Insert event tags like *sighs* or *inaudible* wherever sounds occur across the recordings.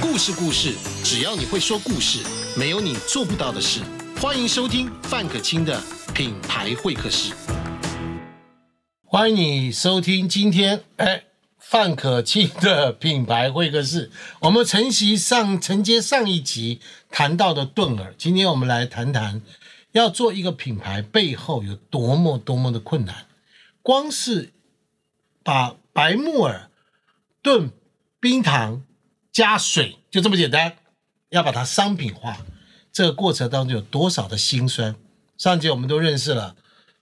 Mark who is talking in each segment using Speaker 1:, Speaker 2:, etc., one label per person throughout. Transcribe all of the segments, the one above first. Speaker 1: 故事故事，只要你会说故事，没有你做不到的事。欢迎收听范可清的品牌会客室。欢迎你收听今天哎范可清的品牌会客室。我们承袭上承接上一集谈到的顿耳，今天我们来谈谈要做一个品牌背后有多么多么的困难。光是把白木耳炖冰糖加水，就这么简单，要把它商品化，这个过程当中有多少的辛酸？上节我们都认识了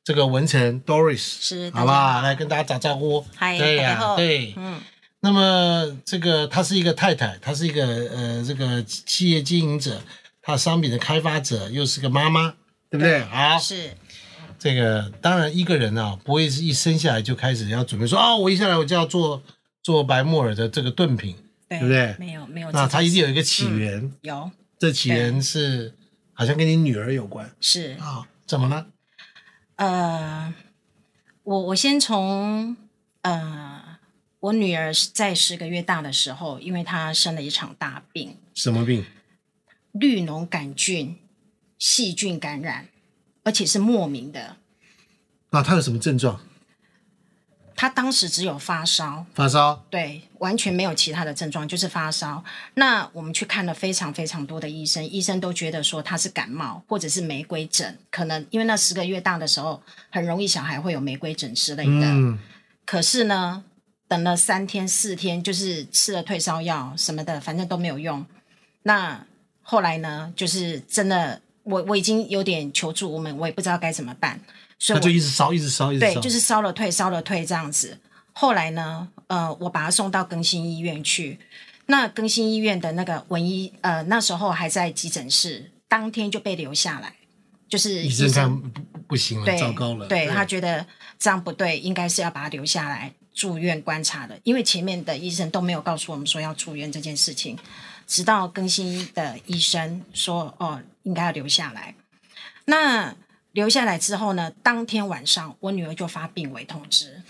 Speaker 1: 这个文成 Doris，
Speaker 2: 是
Speaker 1: 好不好？来跟大家打招呼。
Speaker 2: 嗨
Speaker 1: 对呀、
Speaker 2: 大家好
Speaker 1: 对，
Speaker 2: 嗯，
Speaker 1: 那么这个她是一个太太，她是一个呃这个企业经营者，她商品的开发者，又是个妈妈，对不对？好，
Speaker 2: 是
Speaker 1: 这个当然一个人啊，不会是一生下来就开始要准备说啊、我一下来我就要做做白木耳的这个炖品，
Speaker 2: 对
Speaker 1: 对不对
Speaker 2: 没有没有这嗯
Speaker 1: 那
Speaker 2: 件事，
Speaker 1: 它一定有一个起源，
Speaker 2: 有
Speaker 1: 这起源是好像跟你女儿有关
Speaker 2: 是
Speaker 1: 啊、怎么了？
Speaker 2: 呃，我我先从呃，我女儿在十个月大的时候，因为她生了一场大病，
Speaker 1: 什么病？
Speaker 2: 绿脓杆菌细菌感染，而且是莫名的。
Speaker 1: 那她有什么症状？
Speaker 2: 她当时只有发烧，
Speaker 1: 发烧？
Speaker 2: 对，完全没有其他的症状，就是发烧。那我们去看了非常非常多的医生，医生都觉得说他是感冒或者是玫瑰疹，可能因为那十个月大的时候，很容易小孩会有玫瑰疹之类的。
Speaker 1: 嗯，
Speaker 2: 可是呢，等了三天四天，就是吃了退烧药什么的，反正都没有用。那后来呢，就是真的，我我已经有点求助无门，我也不知道该怎么办，所以
Speaker 1: 她就
Speaker 2: 我
Speaker 1: 一直烧，一直烧，一直
Speaker 2: 对，
Speaker 1: 烧。
Speaker 2: 就是烧了退，烧了退这样子。后来呢，呃，我把他送到更新医院去。那更新医院的那个文医，呃，那时候还在急诊室，当天就被留下来，就是
Speaker 1: 医生看不不不行了，
Speaker 2: 对
Speaker 1: 糟糕了。
Speaker 2: 对他觉得这样不对，应该是要把他留下来住院观察的，因为前面的医生都没有告诉我们说要住院这件事情，直到更新的医生说哦，应该要留下来。那留下来之后呢，当天晚上我女儿就发病危通知，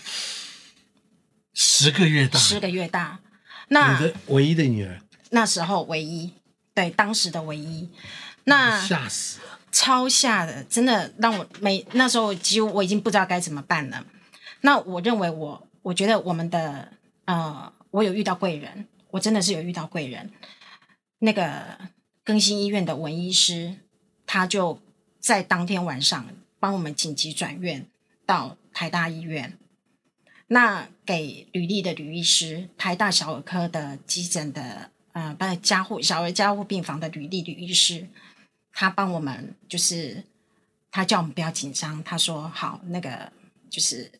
Speaker 1: 十个月大，
Speaker 2: 十个月大。
Speaker 1: 你
Speaker 2: 那
Speaker 1: 的唯一的女儿，
Speaker 2: 那时候唯一，对当时的唯一，那
Speaker 1: 吓死了。
Speaker 2: 超吓的，真的让我每那时候几乎我已经不知道该怎么办了。那我认为我，我觉得我们的呃，我有遇到贵人，我真的是有遇到贵人。那个更新医院的文医师，他就在当天晚上帮我们紧急转院到台大医院。那给履历的吕医师，台大小儿科的急诊的呃，不是加护小儿加护病房的履历吕医师，他帮我们就是他叫我们不要紧张，他说好，那个就是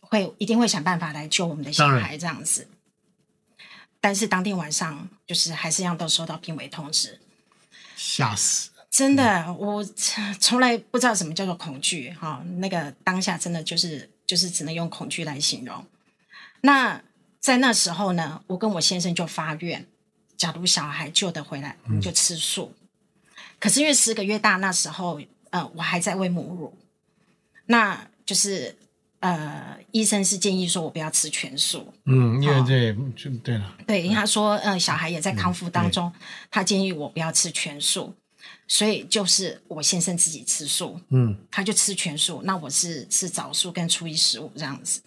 Speaker 2: 会一定会想办法来救我们的小
Speaker 1: 当然
Speaker 2: 孩这样子。但是当天晚上就是还是一样都收到病危通知，
Speaker 1: 吓死！
Speaker 2: 真的，啊我 *laughs* 从来不知道什么叫做恐惧哈、那个当下真的就是就是只能用恐惧来形容。那在那时候呢，我跟我先生就发愿，假如小孩救得回来，我们就吃素。可是因为十个月大那时候，呃，我还在喂母乳，那就是呃，医生是建议说我不要吃全素，
Speaker 1: 嗯，因为
Speaker 2: 好
Speaker 1: 对，就对了，
Speaker 2: 对，因为他说，呃，小孩也在
Speaker 1: 嗯
Speaker 2: 康复当中，他建议我不要吃全素，所以就是我先生自己吃素，
Speaker 1: 嗯，
Speaker 2: 他就吃全素，那我是吃早素跟初一十五这样子。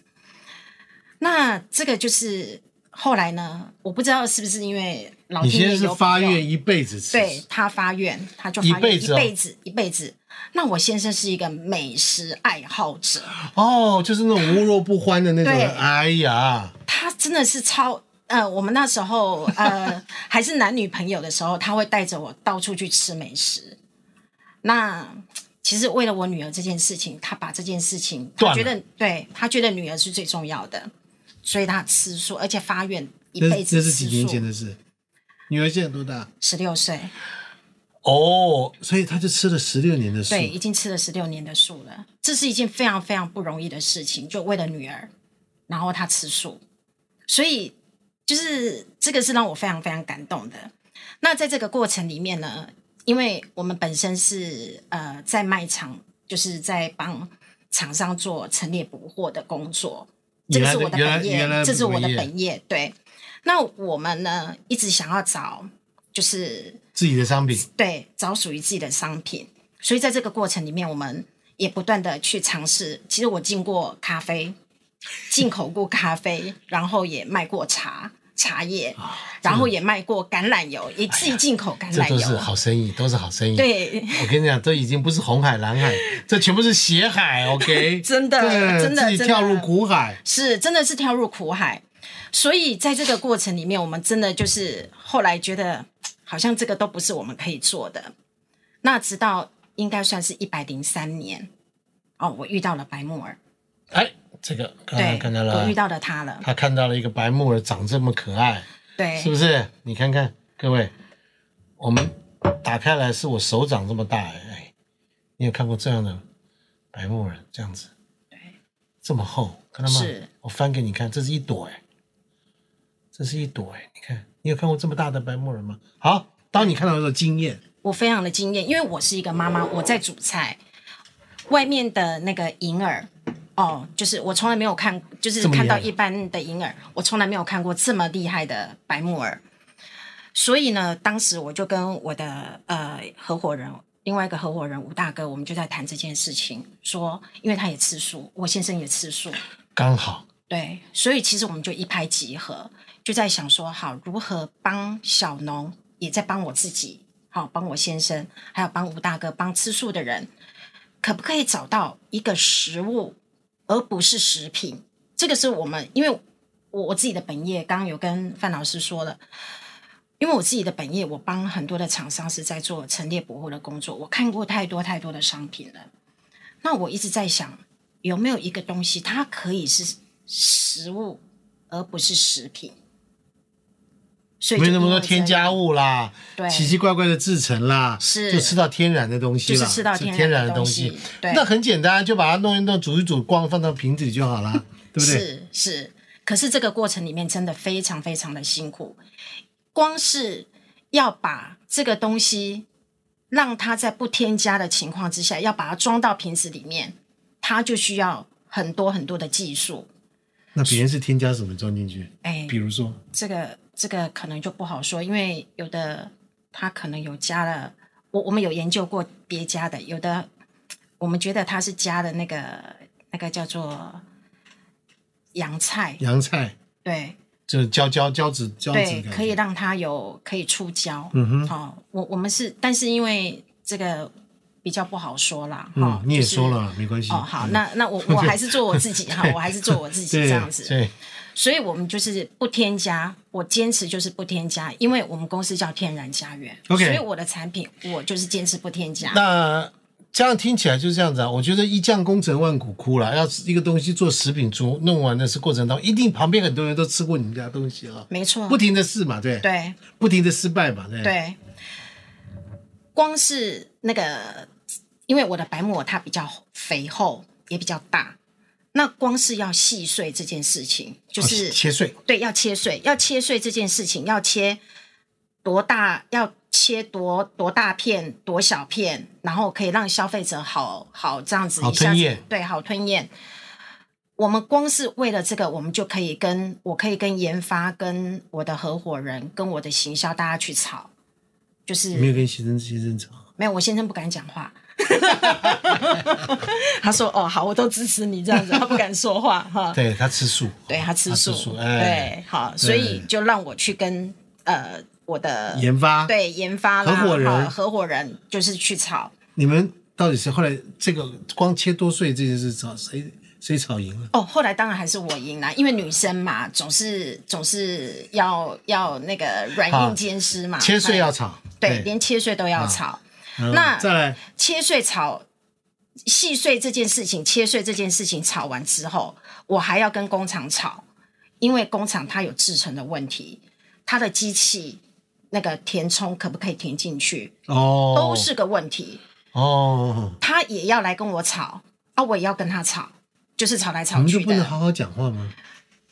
Speaker 2: 那这个就是后来呢，我不知道是不是因为老
Speaker 1: 你
Speaker 2: 天
Speaker 1: 先
Speaker 2: 爷
Speaker 1: 是
Speaker 2: 有
Speaker 1: 发
Speaker 2: 保佑
Speaker 1: 愿一辈子吃，
Speaker 2: 对他发愿，他就发
Speaker 1: 一
Speaker 2: 愿
Speaker 1: 辈子哦
Speaker 2: 一辈子一辈子。那我先生是一个美食爱好者，
Speaker 1: 哦，就是那种无肉不欢的那种
Speaker 2: 对
Speaker 1: 人。哎呀，
Speaker 2: 他真的是超呃，我们那时候
Speaker 1: *laughs*
Speaker 2: 呃还是男女朋友的时候，他会带着我到处去吃美食。那其实为了我女儿这件事情，他把这件事情，他
Speaker 1: 断
Speaker 2: 觉
Speaker 1: 了
Speaker 2: 得对他觉得女儿是最重要的，所以他吃素，而且发愿一
Speaker 1: 这
Speaker 2: 辈
Speaker 1: 是
Speaker 2: 子
Speaker 1: 这
Speaker 2: 吃
Speaker 1: 是几年前
Speaker 2: 素。
Speaker 1: 的事。女儿现在多大？
Speaker 2: 十六岁，
Speaker 1: 哦，所以她就吃了十六年的素。
Speaker 2: 对，已经吃了十六年的素了。这是一件非常非常不容易的事情，就为了女儿，然后他吃素，所以就是这个是让我非常非常感动的。那在这个过程里面呢，因为我们本身是呃在卖场，就是在帮厂商做陈列补货的工作，这
Speaker 1: 原
Speaker 2: 个
Speaker 1: 来
Speaker 2: 是
Speaker 1: 的
Speaker 2: 我的
Speaker 1: 原来
Speaker 2: 本
Speaker 1: 原来
Speaker 2: 业，
Speaker 1: 的
Speaker 2: 这是我的
Speaker 1: 本业
Speaker 2: 本业，对。那我们呢，一直想要找就是
Speaker 1: 自己的商品，
Speaker 2: 对找属于自己的商品，所以在这个过程里面，我们也不断的去尝试。其实我进过
Speaker 1: *laughs*
Speaker 2: 咖啡，进口过咖啡，然后也卖过茶。茶叶，
Speaker 1: 啊
Speaker 2: 然后也卖过橄榄油，也自己进口橄
Speaker 1: 哎这
Speaker 2: 榄
Speaker 1: 都是
Speaker 2: 油。
Speaker 1: 好生意，都是好生意。，
Speaker 2: 对，
Speaker 1: 我跟你讲，这已经不是红海、蓝海，
Speaker 2: *laughs*
Speaker 1: 这全部是血海。OK，
Speaker 2: 真的
Speaker 1: 对
Speaker 2: 真的
Speaker 1: 自己
Speaker 2: 真的
Speaker 1: 跳入苦海。
Speaker 2: 是真的是跳入苦海。所以在这个过程里面，我们真的就是后来觉得好像这个都不是我们可以做的。那直到应该算是一百零三年，哦，我遇到了白木耳，
Speaker 1: 哎，这个刚才
Speaker 2: 对，
Speaker 1: 看到
Speaker 2: 我
Speaker 1: 了
Speaker 2: 遇，到了他了，
Speaker 1: 他看到了一个白木耳长这么可爱，
Speaker 2: 对
Speaker 1: 是，不是？你看看各位，我们打开来是我手掌这么大。哎，你有看过这样的白木耳这样子？这么厚，看到吗？
Speaker 2: 是
Speaker 1: 我翻给你看，这是一朵哎，这是一朵哎，你看，你有看过这么大的白木耳吗？好，当你看到的时候惊艳。
Speaker 2: 我非常的惊艳，因为我是一个妈妈，我在煮菜，外面的那个银耳，哦，就是我从来没有看，就是
Speaker 1: 这么厉害
Speaker 2: 看到一般的银耳，我从来没有看过这么厉害的白木耳。所以呢，当时我就跟我的呃合伙人，另外一个合伙人吴大哥，我们就在谈这件事情，说因为他也吃素，我先生也吃素，
Speaker 1: 刚好
Speaker 2: 对，所以其实我们就一拍即合，就在想说，好，如何帮小农，也在帮我自己，好，帮我先生，还有帮吴大哥，帮吃素的人，可不可以找到一个食物，而不是食品？这个是我们，因为我我自己的本业，刚刚有跟范老师说了。因为我自己的本业，我帮很多的厂商是在做陈列补货的工作，我看过太多太多的商品了。那我一直在想，有没有一个东西，它可以是食物，而不是食品？所以
Speaker 1: 没
Speaker 2: 就
Speaker 1: 那么
Speaker 2: 因
Speaker 1: 多
Speaker 2: 为
Speaker 1: 添
Speaker 2: 这样
Speaker 1: 加物啦，
Speaker 2: 对
Speaker 1: 奇奇怪怪的制成啦，
Speaker 2: 是
Speaker 1: 就吃到天然的东西啦，
Speaker 2: 就是吃到
Speaker 1: 天
Speaker 2: 天然
Speaker 1: 然
Speaker 2: 的
Speaker 1: 东
Speaker 2: 东西对
Speaker 1: 那很简单，就把它弄一弄，煮一煮，光放到瓶子里就好
Speaker 2: *laughs*
Speaker 1: 啦，对不对？
Speaker 2: 是是，可是这个过程里面真的非常非常的辛苦，光是要把这个东西让它在不添加的情况之下，要把它装到瓶子里面，它就需要很多很多的技术。
Speaker 1: 那别人是添加什么装进去？
Speaker 2: 哎
Speaker 1: 比，如说，
Speaker 2: 这个这个可能就不好说，因为有的它可能有加了，我我们有研究过别家的，有的我们觉得它是加的那个那个叫做洋菜，
Speaker 1: 洋菜，
Speaker 2: 对。
Speaker 1: 就是胶胶胶质胶质
Speaker 2: 对，
Speaker 1: 感，
Speaker 2: 可以。让它有可以出胶。
Speaker 1: 嗯哼
Speaker 2: 好、我我们是，但是因为这个比较不好说啦。
Speaker 1: 嗯
Speaker 2: 哈，
Speaker 1: 你也
Speaker 2: 就是
Speaker 1: 说了，没关系。
Speaker 2: 哦，好，
Speaker 1: 嗯
Speaker 2: 那那我我还是做我
Speaker 1: *laughs*
Speaker 2: 自己哈，我还是做我自己
Speaker 1: 对
Speaker 2: 这样子。
Speaker 1: 对，
Speaker 2: 所以我们就是不添加，我坚持就是不添加，因为我们公司叫天然家园
Speaker 1: OK
Speaker 2: 所以我的产品我就是坚持不添加。
Speaker 1: 那这样听起来就是这样子啊。我觉得一将功成万骨枯了，要一个东西做食品做弄完的是过程当中，一定旁边很多人都吃过你们家东西啊，
Speaker 2: 没错，
Speaker 1: 不停的试嘛，对，
Speaker 2: 哦对
Speaker 1: 不停的失败嘛，对，
Speaker 2: 对，光是那个，因为我的白木耳它比较肥厚，也比较大，那光是要细碎这件事情，就
Speaker 1: 哦
Speaker 2: 是、
Speaker 1: 切碎。
Speaker 2: 对要切碎，要切碎这件事情，要切多大，要切多多大片，多小片，然后可以让消费者好好这样子
Speaker 1: 好
Speaker 2: 一下
Speaker 1: 吞
Speaker 2: 子
Speaker 1: 咽
Speaker 2: 对好吞咽。我们光是为了这个，我们就可以跟我可以跟研发、跟我的合伙人、跟我的行销大家去吵，就是
Speaker 1: 没有跟先生先生吵，
Speaker 2: 没有，我先生不敢讲话。 *laughs* 他说：“哦，好，我都支持你这样子。”他不敢说话哈。
Speaker 1: 对他吃素，
Speaker 2: 对他吃素，
Speaker 1: 哎，
Speaker 2: 对，好，所以就让我去跟呃我的
Speaker 1: 研发，
Speaker 2: 对研发啦
Speaker 1: 合伙人
Speaker 2: 哈合伙人就是去炒，
Speaker 1: 你们到底是后来这个光切多碎这件事吵谁谁吵赢了？
Speaker 2: 哦，后来当然还是我赢啦，因为女生嘛，总是总是要要那个软
Speaker 1: 好
Speaker 2: 硬兼施嘛，
Speaker 1: 切碎要
Speaker 2: 哎
Speaker 1: 吵，
Speaker 2: 对，连切碎都要炒，
Speaker 1: 嗯
Speaker 2: 那
Speaker 1: 再来
Speaker 2: 切碎炒细碎这件事情，切碎这件事情炒完之后，我还要跟工厂吵，因为工厂它有制成的问题，它的机器那个填充可不可以填进去，
Speaker 1: 哦，
Speaker 2: 都是个问题。
Speaker 1: 哦，
Speaker 2: 他也要来跟我吵啊，我也要跟他吵，就是吵来
Speaker 1: 你
Speaker 2: 吵
Speaker 1: 嗯们就
Speaker 2: 去
Speaker 1: 不能
Speaker 2: 的。
Speaker 1: 好好讲话吗？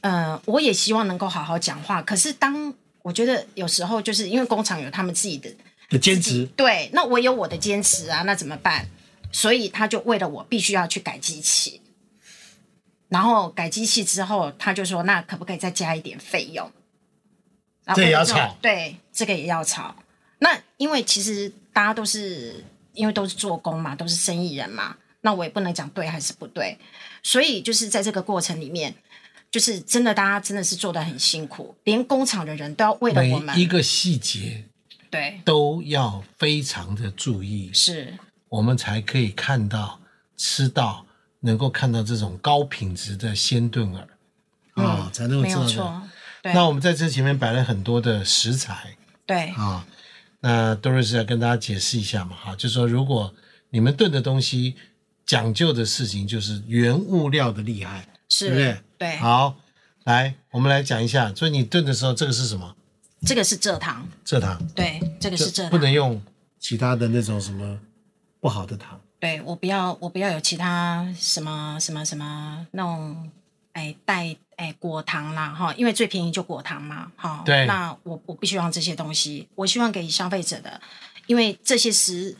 Speaker 2: 呃，我也希望能够好好讲话，可是当我觉得有时候就是因为工厂有他们自己的
Speaker 1: 的兼职，
Speaker 2: 对，那我有我的坚持啊，那怎么办？所以他就为了我必须要去改机器，然后改机器之后，他就说那可不可以再加一点费用？然后
Speaker 1: 这也要
Speaker 2: 种
Speaker 1: 炒
Speaker 2: 对，这个也要炒。那因为其实大家都是因为都是做工嘛，都是生意人嘛，那我也不能讲对还是不对，所以就是在这个过程里面，就是真的大家真的是做的很辛苦，连工厂的人都要为了
Speaker 1: 每
Speaker 2: 我们，
Speaker 1: 一个细节
Speaker 2: 对，
Speaker 1: 都要非常的注意，
Speaker 2: 是
Speaker 1: 我们才可以看到、吃到，能够看到这种高品质的鲜炖饵啊，才能够
Speaker 2: 没
Speaker 1: 知
Speaker 2: 有
Speaker 1: 道这
Speaker 2: 错
Speaker 1: 个。，
Speaker 2: 对
Speaker 1: 那我们在这前面摆了很多的食材
Speaker 2: 对
Speaker 1: 啊，那 Doris 要跟大家解释一下嘛，哈，就说如果你们炖的东西讲究的事情就是原物料的厉害，
Speaker 2: 是，
Speaker 1: 对不对？
Speaker 2: 对
Speaker 1: 好，来，我们来讲一下，所以你炖的时候，这个是什么？
Speaker 2: 这个是蔗糖，
Speaker 1: 蔗糖，
Speaker 2: 对，这个是蔗
Speaker 1: 不
Speaker 2: 糖，
Speaker 1: 能用其他的那种什么不好的糖。
Speaker 2: 对我不要，我不要有其他什么什么什么那种，哎带哎果糖啦哈，因为最便宜就果糖嘛哈。
Speaker 1: 对
Speaker 2: 那我我不希望这些东西，我希望给消费者的，因为这些食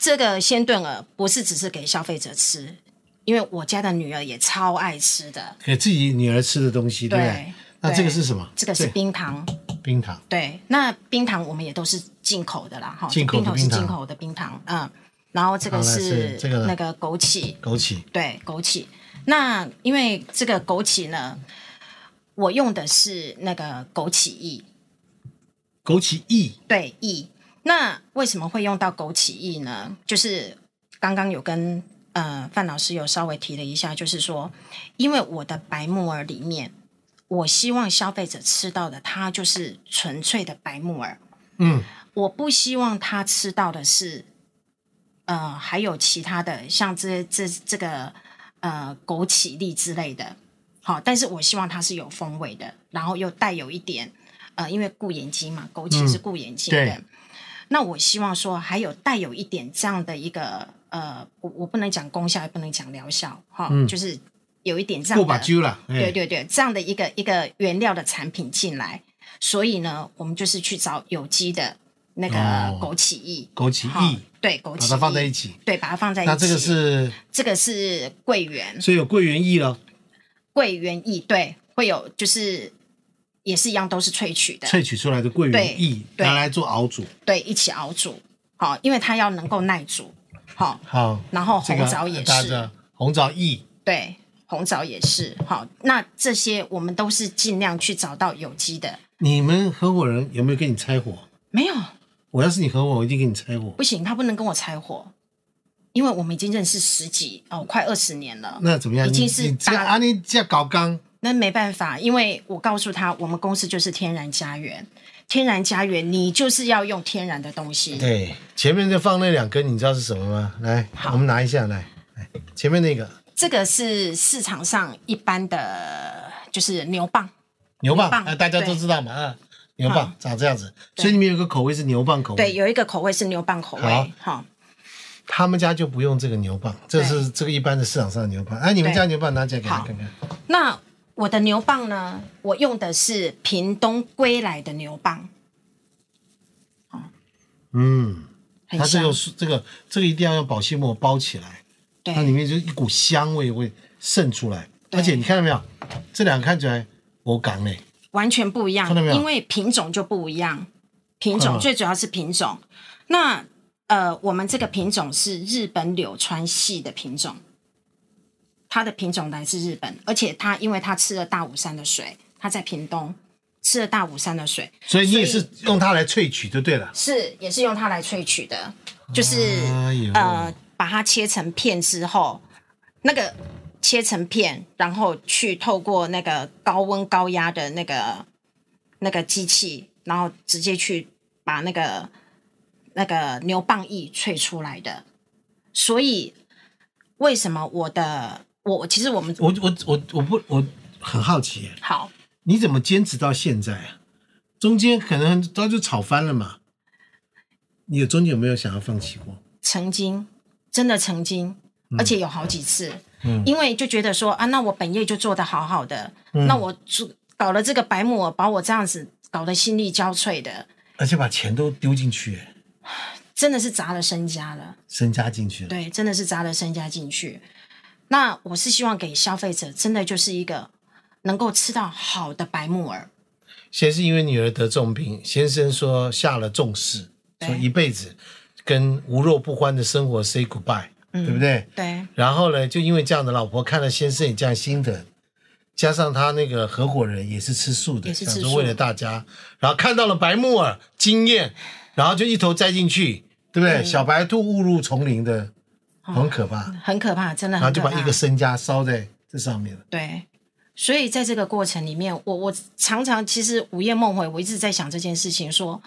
Speaker 2: 这个鲜炖饵不是只是给消费者吃，因为我家的女儿也超爱吃的，
Speaker 1: 给自己女儿吃的东西，对不对
Speaker 2: 对？
Speaker 1: 那这个
Speaker 2: 对
Speaker 1: 是什么？
Speaker 2: 这个是
Speaker 1: 对
Speaker 2: 冰糖。
Speaker 1: 冰糖，
Speaker 2: 对，那冰糖我们也都是进口的啦，哈，
Speaker 1: 进口的
Speaker 2: 是
Speaker 1: 冰糖
Speaker 2: 进口的冰糖，嗯，然后这个
Speaker 1: 好来
Speaker 2: 是
Speaker 1: 是这个呢
Speaker 2: 那个枸杞，
Speaker 1: 枸杞，
Speaker 2: 对，枸杞。那因为这个枸杞呢，我用的是那个枸杞液，
Speaker 1: 枸杞叶，
Speaker 2: 对液。那为什么会用到枸杞液呢？就是刚刚有跟呃范老师有稍微提了一下，就是说，因为我的白木耳里面，我希望消费者吃到的它就是纯粹的白木耳，
Speaker 1: 嗯，
Speaker 2: 我不希望他吃到的是，呃，还有其他的像这这这个呃枸杞粒之类的，好，但是我希望它是有风味的，然后又带有一点，呃，因为顾眼睛嘛，枸杞是顾眼睛的，
Speaker 1: 嗯对
Speaker 2: 那我希望说还有带有一点这样的一个呃，我我不能讲功效，也不能讲疗效，哈、就是有一点这样
Speaker 1: 过嗯
Speaker 2: 的
Speaker 1: 把揪了，
Speaker 2: 对
Speaker 1: 哎，
Speaker 2: 对对，这样的一个一个原料的产品进来，所以呢，我们就是去找有机的那个
Speaker 1: 哦
Speaker 2: 枸杞液，
Speaker 1: 枸杞
Speaker 2: 好
Speaker 1: 叶，
Speaker 2: 对枸杞，
Speaker 1: 把它放在一，起。
Speaker 2: 对，把它放在一起。
Speaker 1: 那这个是，
Speaker 2: 这个是桂圆，
Speaker 1: 所以有桂圆叶了，
Speaker 2: 桂圆液对，会有就是也是一样，都是萃取的，
Speaker 1: 萃取出来的桂
Speaker 2: 对
Speaker 1: 圆叶
Speaker 2: 对
Speaker 1: 拿来做熬煮。
Speaker 2: 对，一起熬煮，好，因为它要能够耐煮，好，
Speaker 1: 好，
Speaker 2: 然后
Speaker 1: 这
Speaker 2: 红
Speaker 1: 个
Speaker 2: 枣也
Speaker 1: 搭
Speaker 2: 是，
Speaker 1: 着红枣叶，
Speaker 2: 对，红枣也是，好，那这些我们都是尽量去找到有机的，
Speaker 1: 你们合伙人有没有跟你拆伙？
Speaker 2: 没有。
Speaker 1: 我要是你合伙，我一定跟你拆伙
Speaker 2: 不。行，他不能跟我拆伙，因为我们已经认识十几哦，快二十年了。
Speaker 1: 那怎么样？
Speaker 2: 已
Speaker 1: 你
Speaker 2: 经是
Speaker 1: 你这样
Speaker 2: 大
Speaker 1: 啊，你这样搞刚，
Speaker 2: 那没办法，因为我告诉他，我们公司就是天然家园，天然家园，你就是要用天然的东西。
Speaker 1: 对，前面就放那两根，你知道是什么吗？来，我们拿一下来，来前面那个
Speaker 2: 这个是市场上一般的，就是牛蒡，
Speaker 1: 牛蒡
Speaker 2: 牛，蒡
Speaker 1: 哎，大家都
Speaker 2: 对
Speaker 1: 知道嘛，啊，牛蒡
Speaker 2: 好
Speaker 1: 长这样子，
Speaker 2: 对
Speaker 1: 所以里面有个口味是牛蒡口
Speaker 2: 对，
Speaker 1: 味，
Speaker 2: 有一个口味是牛蒡口
Speaker 1: 嗯好
Speaker 2: 味，哈，
Speaker 1: 他们家就不用这个牛蒡，这是这个一般的市场上的牛蒡，哎，你们
Speaker 2: 对
Speaker 1: 家牛蒡拿起来给他
Speaker 2: 好
Speaker 1: 看看，
Speaker 2: 那我的牛蒡呢？我用的是屏东归来的牛蒡，
Speaker 1: 嗯，
Speaker 2: 很
Speaker 1: 它这
Speaker 2: 香
Speaker 1: 个。是这个这个一定要用保鲜膜包起来，它里
Speaker 2: 对，
Speaker 1: 面就一股香味会渗出来，
Speaker 2: 对
Speaker 1: 而且你看到没有，这两个看起来我港嘞，
Speaker 2: 完全不一样
Speaker 1: 看到没，有
Speaker 2: 因为品种就不一样。品种
Speaker 1: 啊嗯
Speaker 2: 最主要是品种。那呃，我们这个品种是日本柳川系的品种，它的品种来自日本，而且它因为它吃了大武山的水，它在屏东吃了大武山的水，
Speaker 1: 所以你也
Speaker 2: 所以
Speaker 1: 是用它来萃取就对了，
Speaker 2: 是也是用它来萃取的，就是、
Speaker 1: 哎呦
Speaker 2: 呃，把它切成片之后，那个切成片，然后去透过那个高温高压的那个那个机器，然后直接去把那个那个牛蒡液萃出来的。所以为什么我的我我其实我们
Speaker 1: 我我我我不我很好奇耶，
Speaker 2: 好
Speaker 1: 你怎么坚持到现在啊？中间可能早就吵翻了嘛。你有中间有没有想要放弃过？
Speaker 2: 曾经真的曾经，而且有好几次，
Speaker 1: 嗯
Speaker 2: 因为就觉得说啊，那我本业就做得好好的，
Speaker 1: 嗯
Speaker 2: 那我做搞了这个白木耳，把我这样子搞得心力交瘁的，
Speaker 1: 而且把钱都丢进去，
Speaker 2: 真的是砸了身家了。
Speaker 1: 身家进去了。
Speaker 2: 对，真的是砸了身家进去。那我是希望给消费者真的就是一个能够吃到好的白木耳，
Speaker 1: 先是因为女儿得重病，先生说下了重誓，
Speaker 2: 对
Speaker 1: 说一辈子跟无肉不欢的生活 say goodbye，、对
Speaker 2: 嗯
Speaker 1: 不对？
Speaker 2: 对
Speaker 1: 然后呢，就因为这样的，老婆看了先生也这样心疼，加上他那个合伙人也是吃素的，
Speaker 2: 也是吃
Speaker 1: 想
Speaker 2: 素
Speaker 1: 说为了大家，然后看到了白木耳惊艳，然后就一头栽进去，对不对？
Speaker 2: 嗯
Speaker 1: 小白兔误入丛林的，很可怕，
Speaker 2: 很可怕，真的
Speaker 1: 然后
Speaker 2: 哦很
Speaker 1: 就
Speaker 2: 可
Speaker 1: 把
Speaker 2: 怕。
Speaker 1: 一个身家烧在这上面了。
Speaker 2: 对，所以在这个过程里面，我我常常其实午夜梦回，我一直在想这件事情说，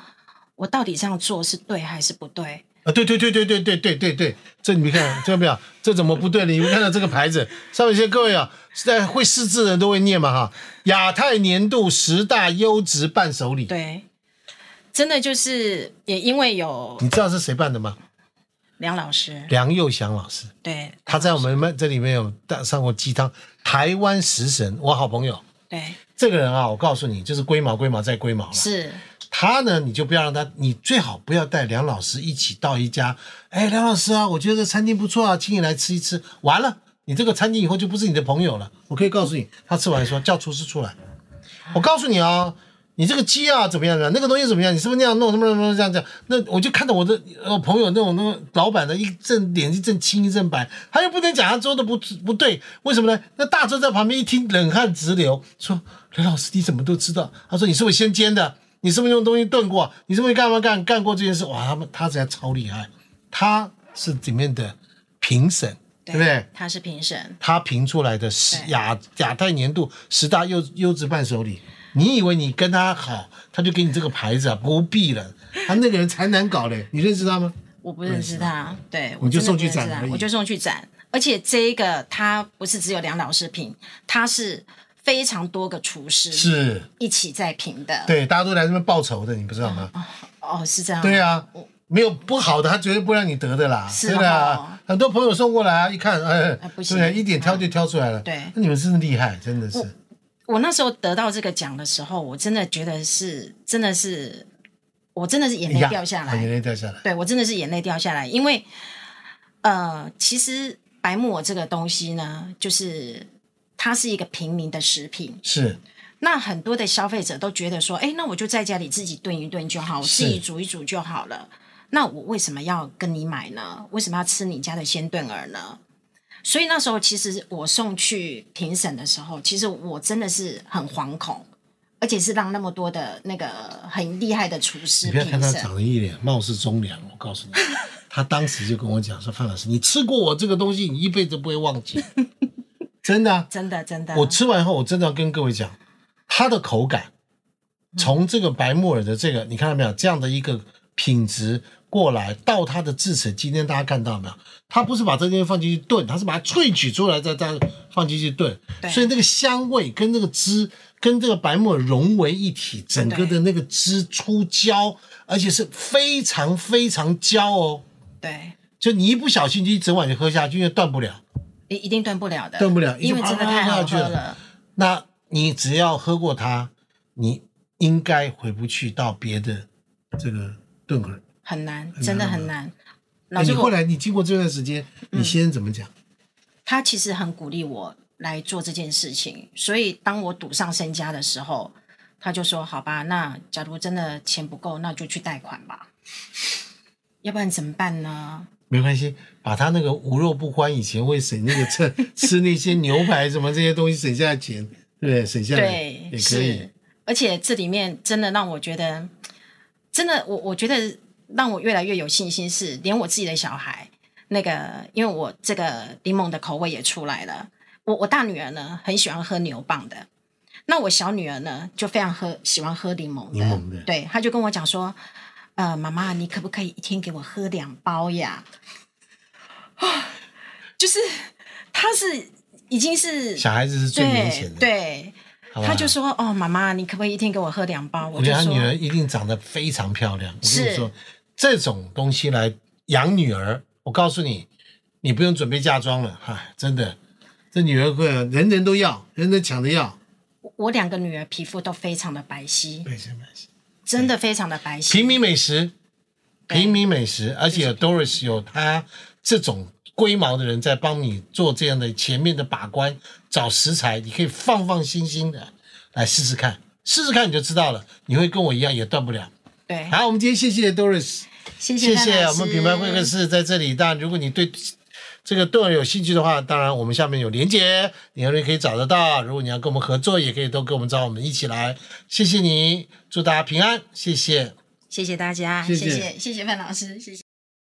Speaker 2: 我到底这样做是对还是不对？
Speaker 1: 啊，对对对对对对对对对，这你们看，这没有，这怎么不对呢？你们看到这个牌子上面写，各位啊，在会识字的人都会念嘛哈，亚太年度十大优质伴手礼，
Speaker 2: 对，真的就是也因为有
Speaker 1: 你知道是谁办的吗？
Speaker 2: 梁老师，
Speaker 1: 梁佑祥老师，
Speaker 2: 对
Speaker 1: 他在我们们这里面有大上过鸡汤，台湾食神，我好朋友。
Speaker 2: 对
Speaker 1: 这个人啊，我告诉你，就是龟毛，龟毛再龟毛了。
Speaker 2: 是，
Speaker 1: 他呢，你就不要让他，你最好不要带梁老师一起到一家。哎，梁老师啊，我觉得这餐厅不错啊，请你来吃一吃。完了，你这个餐厅以后就不是你的朋友了。我可以告诉你，他吃完说叫厨师出来。我告诉你啊，你这个鸡啊怎么样怎么样，那个东西怎么样，你是不是那样弄，什么什么这样这样？那我就看到我的呃朋友那种那种老板的一阵脸一阵青一阵白，他又不能讲他做的不不对，为什么呢？那大周在旁边一听冷汗直流，说刘老师你怎么都知道？他说你是不是先煎的？你是不是用东西炖过？你是不是干嘛干干过这件事？哇，他们他实在超厉害，他是里面的评审，对不对？
Speaker 2: 他是评审，
Speaker 1: 他评出来的十
Speaker 2: 对
Speaker 1: 亚亚太年度十大优优质伴手礼。你以为你跟他好，他就给你这个牌子啊？不必了，他那个人才难搞嘞。你认识他吗？
Speaker 2: 我不认识他，对，
Speaker 1: 你
Speaker 2: 我
Speaker 1: 就
Speaker 2: 真的
Speaker 1: 送
Speaker 2: 不
Speaker 1: 去
Speaker 2: 认识
Speaker 1: 展
Speaker 2: 他
Speaker 1: 而已
Speaker 2: 我就送去展。而且这一个他不是只有梁老师评，他是非常多个厨师
Speaker 1: 是，
Speaker 2: 一起在评的。
Speaker 1: 对，大家都来这边报仇的，你不知道吗？
Speaker 2: 哦，是这样。
Speaker 1: 对啊，没有不好的，他绝对不让你得的啦。
Speaker 2: 是
Speaker 1: 对的啊，很多朋友送过来啊，一看，哎，嗯
Speaker 2: 哎不
Speaker 1: 对
Speaker 2: 行
Speaker 1: 对？一点挑就挑出来了。
Speaker 2: 对
Speaker 1: 那你们真的厉害，真的是。
Speaker 2: 我那时候得到这个奖的时候，我真的觉得是，真的是，我真的是眼泪
Speaker 1: 呀
Speaker 2: 掉下
Speaker 1: 啊眼
Speaker 2: 来。
Speaker 1: 泪掉下来。
Speaker 2: 对我真的是眼泪掉下来，因为呃，其实白木耳这个东西呢，就是它是一个平民的食品。
Speaker 1: 是，
Speaker 2: 那很多的消费者都觉得说，哎，那我就在家里自己炖一炖就好，我
Speaker 1: 是
Speaker 2: 自己煮一煮就好了。那我为什么要跟你买呢？为什么要吃你家的鲜炖饵呢？所以那时候，其实我送去评审的时候，其实我真的是很惶恐，而且是让那么多的那个很厉害的厨师
Speaker 1: 你不要看
Speaker 2: 评
Speaker 1: 他
Speaker 2: 审。
Speaker 1: 长得一脸貌似忠良，我告诉你，他当时就跟我讲说：“范老师，你吃过我这个东西，你一辈子不会忘记。”真的、啊，
Speaker 2: 真的，真的，
Speaker 1: 我吃完后，我真的要跟各位讲，它的口感，从这个白木耳的这个，你看到没有？这样的一个品质过来，到它的制成，今天大家看到没有？它不是把这东西放进去炖，它是把它萃取出来，再再放进去炖，
Speaker 2: 对
Speaker 1: 所以那个香味跟那个汁跟这个白木耳融为一体，整个的那个汁出焦，而且是非常非常焦哦。
Speaker 2: 对，
Speaker 1: 就你一不小心，就一整碗就喝下去，因为断不了。
Speaker 2: 一一定炖不了的，
Speaker 1: 炖不了
Speaker 2: 因为
Speaker 1: 一直
Speaker 2: 真的
Speaker 1: 啪
Speaker 2: 太
Speaker 1: 下
Speaker 2: 好
Speaker 1: 去
Speaker 2: 喝
Speaker 1: 了
Speaker 2: 了。
Speaker 1: 那你只要喝过它，你应该回不去到别的这个炖饵。
Speaker 2: 很难，真的很难。
Speaker 1: 那
Speaker 2: 老
Speaker 1: 哎你
Speaker 2: 师，
Speaker 1: 后
Speaker 2: 我
Speaker 1: 来你经过这段时间，
Speaker 2: 嗯
Speaker 1: 你先生怎么讲？
Speaker 2: 他其实很鼓励我来做这件事情，所以当我赌上身家的时候，他就说：“好吧，那假如真的钱不够，那就去贷款吧，要不然怎么办呢
Speaker 1: 没关系，把他那个无肉不欢以前会省那个 *laughs* 吃吃那些牛排什么这些东西省下的钱，对不对？省？”下来
Speaker 2: 对，
Speaker 1: 也可以
Speaker 2: 是。，而且这里面真的让我觉得，真的，我我觉得让我越来越有信心是，连我自己的小孩，那个因为我这个柠檬的口味也出来了，我我大女儿呢很喜欢喝牛蒡的，那我小女儿呢就非常喝喜欢喝柠檬的，
Speaker 1: 柠檬的
Speaker 2: 对，她就跟我讲说，呃，妈妈，你可不可以一天给我喝两包呀？ *sighs* 就是她是已经是
Speaker 1: 小孩子是最明显的。，
Speaker 2: 对，
Speaker 1: 好吧
Speaker 2: 对他就说：“哦，妈妈，你可不可以一天给我喝两包？”
Speaker 1: 我
Speaker 2: 我
Speaker 1: 觉
Speaker 2: 就
Speaker 1: 得他
Speaker 2: 说
Speaker 1: 女儿一定长得非常漂亮。我跟你
Speaker 2: 是
Speaker 1: 说，这种东西来养女儿，我告诉你，你不用准备嫁妆了，唉，真的，这女儿会啊人人都要，人人抢着要。：“
Speaker 2: 我两个女儿皮肤都非常的白皙，
Speaker 1: 没事没事，
Speaker 2: 真的非常的白皙。
Speaker 1: 平民美食，
Speaker 2: 对
Speaker 1: 平民美食，而且有 Doris 有她这种龟毛的人在帮你做这样的前面的把关，找食材，你可以放放心心的来试试看，试试看你就知道了，你会跟我一样也断不了。
Speaker 2: 对，
Speaker 1: 好，我们今天谢谢 Doris，
Speaker 2: 谢
Speaker 1: 谢
Speaker 2: 赖
Speaker 1: 谢
Speaker 2: 老
Speaker 1: 我们
Speaker 2: 师
Speaker 1: 品牌会客室在这里。当然，如果你对这个对我有兴趣的话，当然我们下面有连接，你也可以找得到。如果你要跟我们合作，也可以都跟我们找我们一起来。谢谢你，祝大家平安，谢谢。
Speaker 2: 谢谢大家，
Speaker 1: 谢
Speaker 2: 谢
Speaker 1: 谢
Speaker 2: 谢谢谢范老师，谢谢。